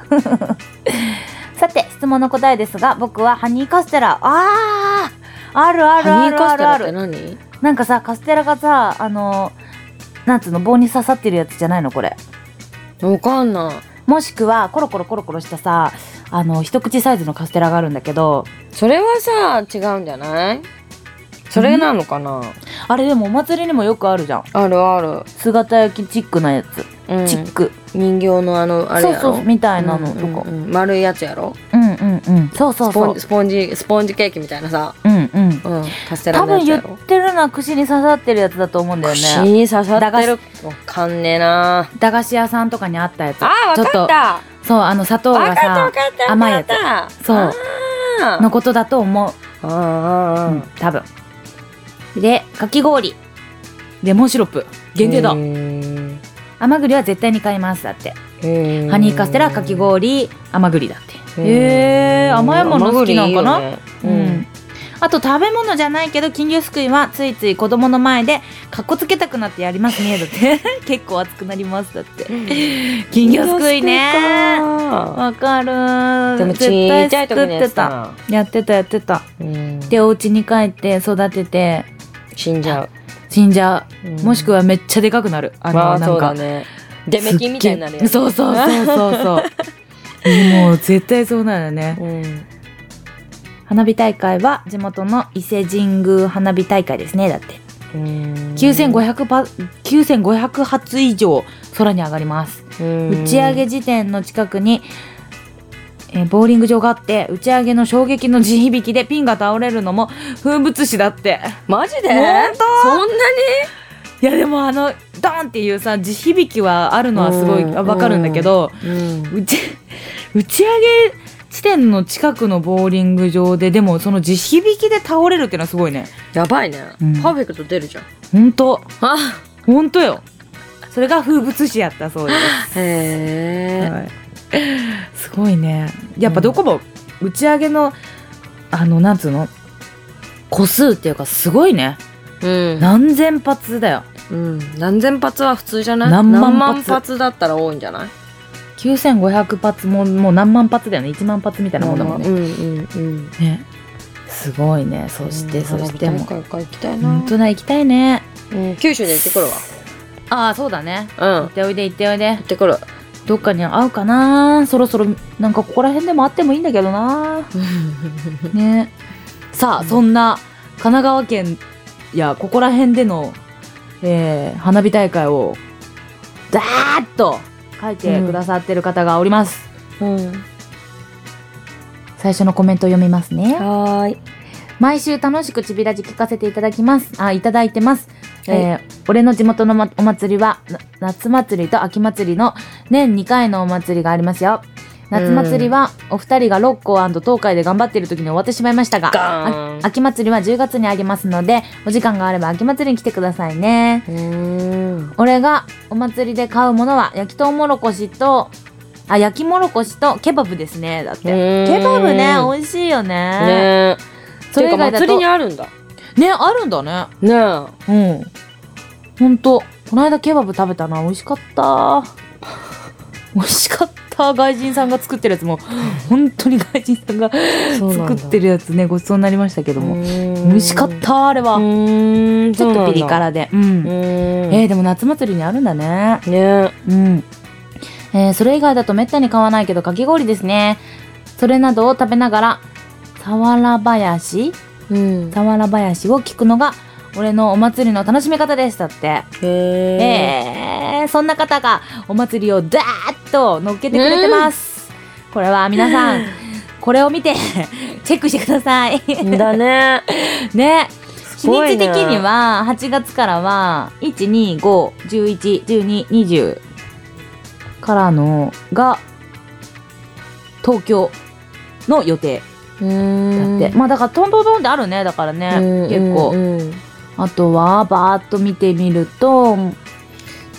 B: さて、質問の答えですが、僕はハニーカステラ。あーあるある
A: ハニ
B: あ
A: ー
B: る
A: カ
B: あ
A: ステ
B: る
A: ラ
B: あ
A: って
B: る。
A: 何
B: なんかさ、カステラがさ、あの、なんつうの、棒に刺さってるやつじゃないのこれ。
A: わかんな
B: もしくは、コロコロコロコロしたさ、あの、一口サイズのカステラがあるんだけど、
A: いそれはさ違うんじゃないそれなのかな、
B: あれでもお祭りにもよくあるじゃん。
A: あるある、
B: 姿焼きチックなやつ。
A: うん、
B: チック。
A: 人形のあのあれ
B: そう
A: やろ
B: そう、みたいなのとか
A: う。んうんうん丸いやつやろ
B: うんうんうん。そうそう
A: スポ
B: そう
A: ン。スポンジスポンジケーキみたいなさ、
B: うんう
A: う
B: ん。
A: ん、カステラ
B: 多
A: のや
B: 分
A: つ
B: 言
A: や
B: っ
A: ろ
B: てるのは串に刺さってるやつだと思うんだよ
A: 串
B: ね。
A: に刺さ
B: 駄
A: って
B: 菓
A: るわかんねえな
B: 駄菓子屋さんとかにあったやつ。
A: あーわかった
B: そう、あの砂糖
A: わか
B: が
A: ったわ
B: さ、
A: かった
B: 甘いやつ
A: わかった
B: そう
A: あー
B: のことだと思う。
A: あーあーあー
B: 多分。で、かき氷。レモンシロップ。限定だ
A: へ。ー
B: 甘栗は絶対に買います。だって。
A: へー
B: ハニーカステラ、かき氷、甘栗だって。へえ甘いもの好きなんかな、
A: 甘栗いいよね
B: う
A: うん
B: ん、あと食べ物じゃないけど金魚すくいはついつい子供の前でかっこつけたくなってやりますねだって 結構熱くなりますだって金魚すくいね
A: か
B: わかる
A: でもち
B: 絶
A: っ
B: 対
A: ちゃい時
B: 作っ
A: にやっててた
B: た
A: な
B: やってたやってた
A: うん
B: でお家に帰って育てて
A: 死んじゃう
B: 死んじゃ
A: うん
B: うもしくはめっちゃでかくなるあの
A: あー
B: な
A: そ
B: ん
A: うだ
B: か
A: ねデメキンみたいになるや
B: すっげえ
A: つ
B: そうそうそうそうそうもう絶対そうなのね
A: うん
B: 花火大会は地元の伊勢神宮花火大会ですねだって
A: うん
B: 9500パ9500発以上空に上がります、
A: うん
B: 打ち上げ時点の近くに、えーボーリング場があって打ち上げの衝撃の地響きでピンが倒れるのも風物詩だって
A: マジで
B: 本
A: 当そんない
B: やでもあのドーンっていうさ地響きはあるのはすごい
A: うん
B: わかるんだけど、
A: に
B: 打ち 打ち上げ地点の近くのボーリング場ででもその地響きで倒れるっていうのはすごいね
A: やばいね
B: うん
A: パーフェクト出るじゃん
B: 本当
A: あ
B: 本当よそれが風物詩やったそうです
A: へえ
B: はい、すごいねやっぱどこも打ち上げのあのなんつうの個数っていうかすごいね
A: うん
B: 何千発だよ
A: うん何千発は普通じゃない
B: 何万発
A: だったら多いんじゃない
B: 9500発ももう何万発だよね1万発みたいなもんだもんね,、
A: うんうんうん
B: ねすごいねそして、
A: うん
B: そしても
A: 花火大会か行きたいな
B: 本当だ行きたいね
A: うん九州で行ってくる
B: ああそうだね
A: わうん
B: 行っておいで行っておいで
A: 行ってくる
B: どっかに会うかなそろそろなんかここら辺でも会ってもいいんだけ どなねさあ、
A: うん
B: そんな神奈川県やここら辺での、えー花火大会をざーっと書いてくださってる方がおります、
A: うん
B: 最初のコメントを読みますね
A: はーい
B: 毎週楽しくちびラジ聞かせていただきます。あ、いただいてます。えー俺の地元の、ま、お祭りは、な夏祭りと秋祭りの年2回のお祭りがありますよ。夏祭りは、お二人が六甲東海で頑張っている時に終わってしまいましたが、
A: ガーン
B: あ秋祭りは10月にありますので、お時間があれば秋祭りに来てくださいね。
A: うん
B: 俺がお祭りで買うものは、焼きとうもろこしと、あ、焼きもろこしとケバブですね。だって。ケバブね、美味しいよね。
A: ねえ
B: それ以外だと
A: てか祭りにあるんだ
B: ね、あるんだね。
A: ねえ
B: うん。ほんと、この間ケバブ食べたな。美味しかった。 美味しかった。外人さんが作ってるや つも、本当に外人さんが作って
A: る
B: るやつね、ごちそうになりましたけども。美
A: 美
B: 味しかった、あれは。ち
A: ち
B: ょっとピリ辛で。うん。
A: え
B: えー、でも夏祭りにあるんだね。
A: ね
B: うん。えーそれ以外だとめったに買わないけど、かき氷ですね。それなどを食べながら、さわら林
A: うん
B: さわら林を聞くのが、俺のお祭りの楽しみ方でしたって。
A: へえ
B: えー、そんな方がお祭りをダーッと乗っけてくれてます、これは皆さんこれを 見てチェックしてください
A: だ ね
B: ね
A: す
B: 日
A: ご
B: に
A: い
B: ち
A: ね
B: 的には8月からは125111220からのが東京の予定だって、まあだからトントントンってあるねだからね、結構、
A: 結
B: あとはバーっと見てみるとま
A: ち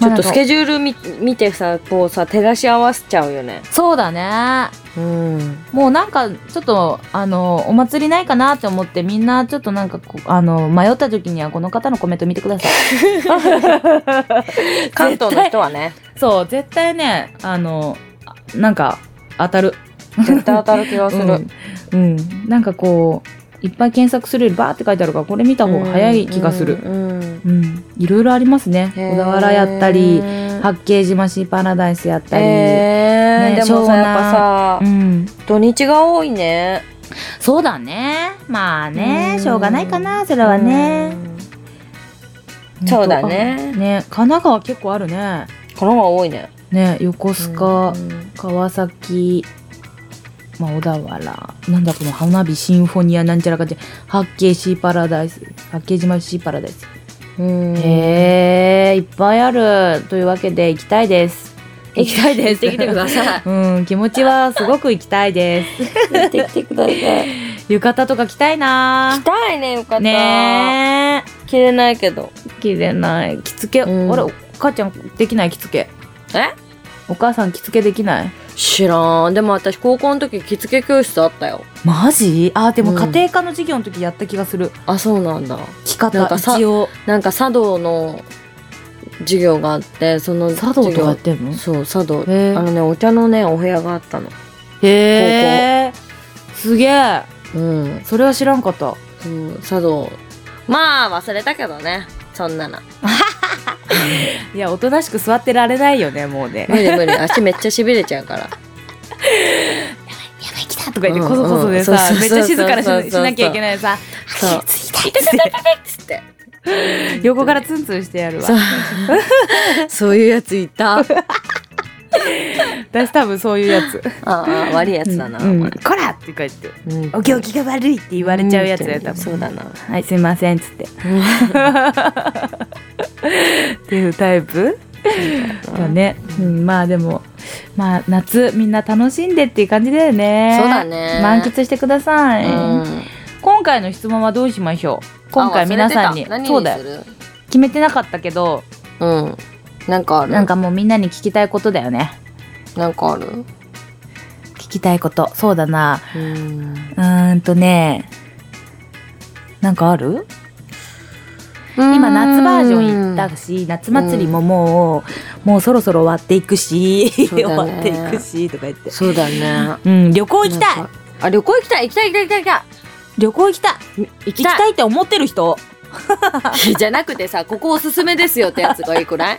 B: あ
A: ょ
B: な
A: っ
B: ん
A: と
B: か
A: スケジュールみ見てさこうさ照らし合わせちゃうよね
B: そうだね
A: うん
B: もうなんかちょっとあのお祭りないかなって思ってみんなちょっとなんかこうあの迷った時にはこの方のコメント見てください
A: 関東の人はね
B: そう絶対ねあのあなんか当たる
A: 絶対当たる気がする
B: うん、うんなんかこういっぱい検索するよりバーって書いてあるからこれ見た方が早い気がする
A: うんうん
B: うん、いろいろありますね
A: へー
B: 小田原やったり八景島シーパラダイスやったり、
A: へ
B: ね
A: ーでも
B: 湘
A: さ
B: 南
A: やっぱさ
B: うん
A: 土日が多いね
B: そうだねまあね
A: うん
B: しょうがないかなそれはね
A: うんそうだね
B: ね神奈川結構あるね
A: この方が多いね
B: ね横須賀、
A: うん
B: 川崎、まあ、小田原なんだこの花火シンフォニアなんちゃらかって八景シーパラダイス八景島シーパラダイ
A: う
B: ス、
A: ん
B: へえいっぱいあるというわけで行きたいです行きたいです
A: 行ってきてください
B: うん気持ちはすごく行きたいです
A: 行ってきてください
B: 浴衣とか着たい
A: 着
B: な
A: たいねよかった
B: ねえ
A: 着れないけど
B: 着れない着付け、
A: うん
B: あれお母ちゃんできない着付け
A: え
B: お母さん着付けできない
A: 知らんでも私高校の時着付け教室あったよ
B: マジあーでも
A: うん
B: 家庭科の授業の時やった気がする、
A: あそうなんだ
B: 着
A: なん
B: 方
A: かさ
B: 一応
A: なんか茶道の授業があってその
B: 茶道とかやっ
A: 授
B: てんの
A: 業そう茶道
B: へー
A: あのねお茶のねお部屋があったの
B: へえすげえ
A: うん
B: それは知らんかった
A: そう茶道まあ忘れたけどねそんなの
B: いやおとなしく座ってられないよねもうね
A: 無理無理足めっちゃしびれちゃう から
B: やばい来たとか言って
A: うん
B: こそこそで
A: うん
B: さ
A: そうそう
B: めっちゃ静かなし
A: そうそうそう
B: しなきゃいけないさ
A: そう
B: 「ついた」って
A: つ って
B: 横からツンツンしてやるわ
A: そう そういうやついた あ
B: 私多分そういうやつ
A: あ悪いやつだな、
B: うん
A: お前
B: こら!」って言って
A: うん
B: 「お行儀が悪い」って言われちゃうやつだよ多分
A: そうだな
B: はい、すいませんっつって。っていうタイプだね、うん、まあでもまあ夏みんな楽しんでっていう感じだよね
A: そうだね
B: 満喫してください、
A: うん
B: 今回の質問はどうしましょう今回皆さんに
A: あ忘れてた何に
B: そうだよ
A: する
B: 決めてなかったけど
A: うんなんかある
B: なんかもうみんなに聞きたいことだよね
A: なんかある
B: 聞きたいことそうだな
A: うん
B: うーんとねなんかある今夏バージョン行ったし夏祭りももう、もうそろそろ終わっていくし、
A: そう
B: 終
A: だね
B: わっていくしとか言って、
A: そうだね
B: うん、旅行行きた
A: なん
B: い
A: かあ旅行行きたい行きたい行きたい行きたい
B: 旅行行きたい
A: 行き
B: 行き
A: た
B: たいって思ってる人
A: いじゃなくてさここおすすめですよってやつがいいく らい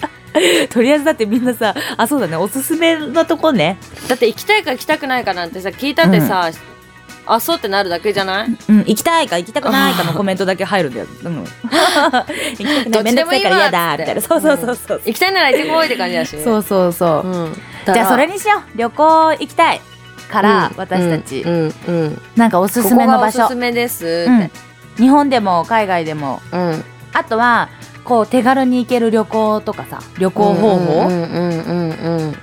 B: とりあえずだってみんなさあそうだねおすすめのとこね
A: だって行きたいか行きたくないかなんてさ聞いたってさ、あそうってなるだけじゃない
B: うん行きたいか行きたくないかのコメントだけ入るんだよ、 うん行きたくな
A: ど
B: い
A: っ
B: め
A: ちで
B: んどく
A: も
B: さ
A: い
B: い
A: い
B: から
A: わ
B: 嫌だみたいなそうそうそうそう、
A: 行きたいなら行ってこいって感じだしね
B: そうそうそうう、
A: ん、
B: じゃあそれ
A: に
B: にしよう旅行行きたいから、私たち、
A: うんうんうん
B: なんかおすすめ
A: こ
B: の場
A: こがお
B: 所
A: すすめですって、
B: うん、日本でも海外でも
A: うん
B: あとはこう手軽に行ける旅行とかさ旅行方法、
A: うんうんうんうんうん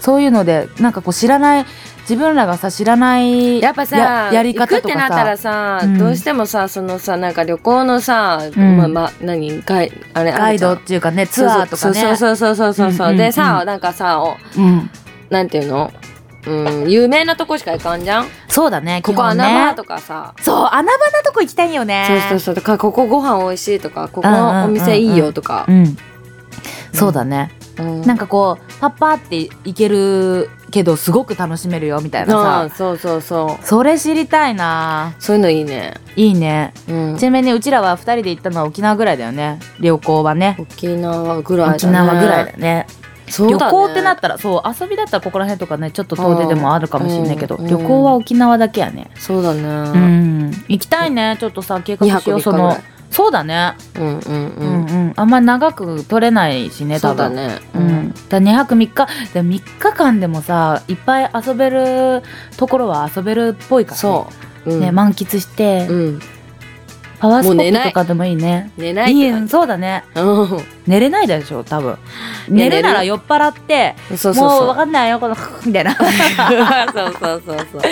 B: そういうのでなんかこう知らない自分らがさ知らない
A: やっぱさ
B: ややり方と
A: 行くってな
B: か
A: った
B: さ
A: らさ、
B: うん
A: どうしてもさそのさなんか旅行のさ、
B: うん
A: まあまあ何ガイあれ
B: ガイド
A: あ
B: っ
A: る
B: ていうかね
A: じゃ
B: ツ
A: ん
B: アーとかね
A: そうそうそうそうそうそう、
B: うんうんうん
A: でさなんかさお
B: うん
A: なんていうのうん有名なとこしか行かんじゃん、
B: そうだね
A: ここ
B: 基本ね
A: 穴場とかさ
B: そう穴場なとこ行きたいよね
A: そうそうそうとかここご飯美味しいとかここ
B: うんうんうんうん
A: お店いいよとか、
B: うんそうだね、
A: うん
B: なんかこうパッパって行けるけどすごく楽しめるよみたいな
A: ああ
B: さ
A: そうそうそう
B: それ知りたいな
A: そういうのいいね
B: いいね
A: うん
B: ちなみにうちらは2人で行ったのは沖縄ぐらいだよね旅行はね
A: 沖縄ぐらいだね
B: 沖縄ぐらいだよね
A: そう
B: 旅
A: だね
B: 行ってなったらそう遊びだったらここら辺とかねちょっと遠出でもあるかもしれないけど、
A: うんうん
B: 旅行は沖縄だけやね
A: そうだ
B: う
A: ね
B: ん、行きたいねちょっとさ計
A: 二
B: 画し
A: 泊
B: よう
A: 三日
B: そ
A: ぐら
B: の
A: い
B: そうだね、
A: うんうんう
B: うんんうん、あんま長く取れないしね
A: そ
B: 多
A: うだ
B: 分
A: ね
B: うん、だ2泊3日でも3日間でもさいっぱい遊べるところは遊べるっぽいから、ね、
A: そう、うん
B: ね満喫して、
A: うん、
B: パワース
A: もう
B: ポ
A: 寝
B: ッ
A: ない
B: トとかでもいいね
A: 寝ないっ
B: いい
A: て
B: よ
A: 感じ
B: そうだね
A: う
B: 寝れないでしょ多分
A: いや
B: 寝るなら
A: 寝
B: 酔っ払って
A: んそうそうそう
B: もうわかんないよこのみ たいな
A: そうそうそうそう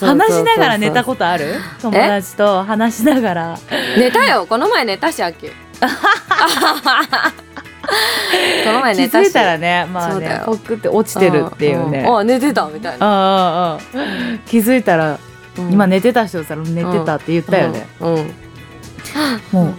B: 話しながら寝た
A: こ
B: ことある友達と話しながら
A: 寝たよこの前寝たし 秋この前
B: 気
A: 寝た
B: づ
A: し
B: いたらねまあ
A: そうだ
B: ね
A: よ
B: ポックって落ちてるっていうね
A: んんあ寝てたみたいな、
B: ああああ気づいたら
A: うん
B: 今寝てた人さ寝てたって言ったよね
A: うん、うん
B: も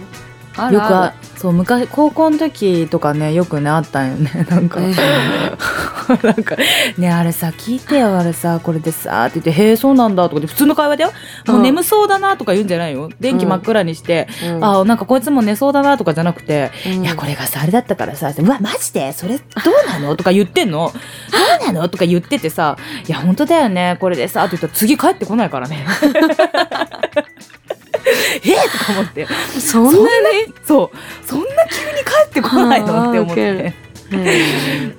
A: あ
B: うよ
A: る
B: く
A: あ
B: あそう昔高校の時とかねよくねあったんよねなんか
A: る
B: なんかねあれさ聞いてよあれさこれでさって言って「へえそうなんだ」とかで普通の会話だよもう
A: うん
B: 眠そうだなとか言うんじゃないよ電気真っ暗にして
A: えーうん
B: あなんかこいつも寝そうだなとかじゃなくて、
A: うん
B: いやこれがさあれだったからさうわマジでそれどうなのとか言ってんのどうなのとか言っててさいや本当だよねこれでさって言ったら次帰ってこないからね えっとか思って
A: そんなに
B: そうそんな急に帰ってこないのって思って、ね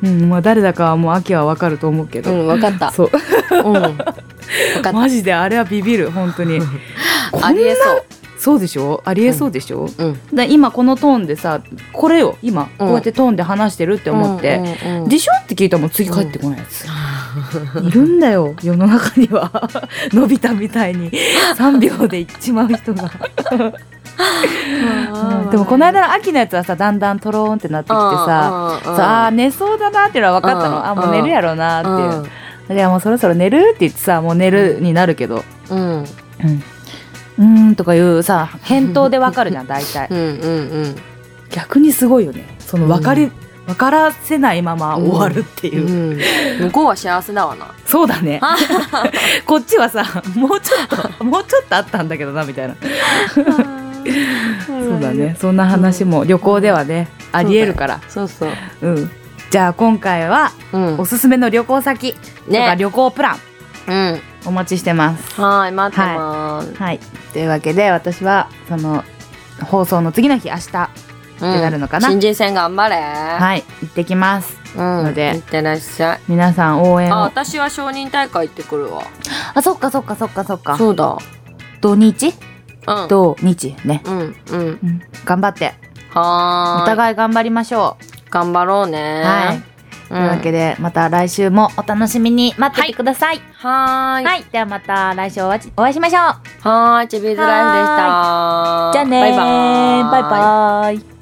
B: うんまあ、誰だかはもう秋はわかると思うけ
A: う
B: ど、
A: ん、わかった。
B: そう
A: うん、わかった。
B: マジであれはビビる本当にこんな
A: ありえそう。
B: そうでしょありえそうでしょ、
A: うん、
B: だ今このトーンでさこれを今こうやってトーンで話してるって思って、
A: うんうんうん
B: でしょって聞いたらもう次帰ってこないや つ、いるんだよ世の中には のび太みたいに3秒で行っちまう 人が、うんでもこの間の秋のやつはさだんだんとろーんってなってきてさ
A: あー
B: さあー寝そうだなっていうのは分かった
A: うん
B: のあもう寝るやろうなっていう
A: う
B: じゃあもうそろそろ寝るって言ってさもう寝るになるけど
A: うん
B: うんうーんとかいうさ返答でわかる じゃん大体
A: うんうんうん
B: 逆にすごいよねその分かり、分からせないまま終わるってい
A: う
B: う、
A: ん、向こうは幸せだわな
B: そうだねこっちはさもうちょっ ともうちょっとあったんだけどなみたいな
A: そ
B: そうだねそんな話も旅行ではね、ありえるから
A: そうそう
B: うんじゃあ今回は
A: うん
B: おすすめの旅行先とか
A: ね
B: 旅行プラン
A: うん
B: お待ちしてます、
A: はい待ってます、
B: はいというわけで私はその放送の次の日明日
A: うん
B: ってなるのかな
A: 新人戦頑張れ
B: はい行ってきます
A: うん
B: ので
A: いってらっしゃい
B: 皆さん応援
A: あ
B: を
A: 私は承認大会行ってくるわ
B: あそっかそっかそっかそっか
A: そうだ
B: 土日
A: うん
B: 土日ね、
A: うんうん
B: うん、頑張って
A: はーい
B: お互い頑張りましょ
A: 頑張ろうね
B: うはい、というわ
A: で
B: けでまた来週もお楽しみに待っててください、
A: はーい
B: はいではまた来週お会いしお会いしましょう
A: はーいチビーズライフでした
B: じゃあね
A: バ
B: ー
A: イバーイ
B: バイバーイ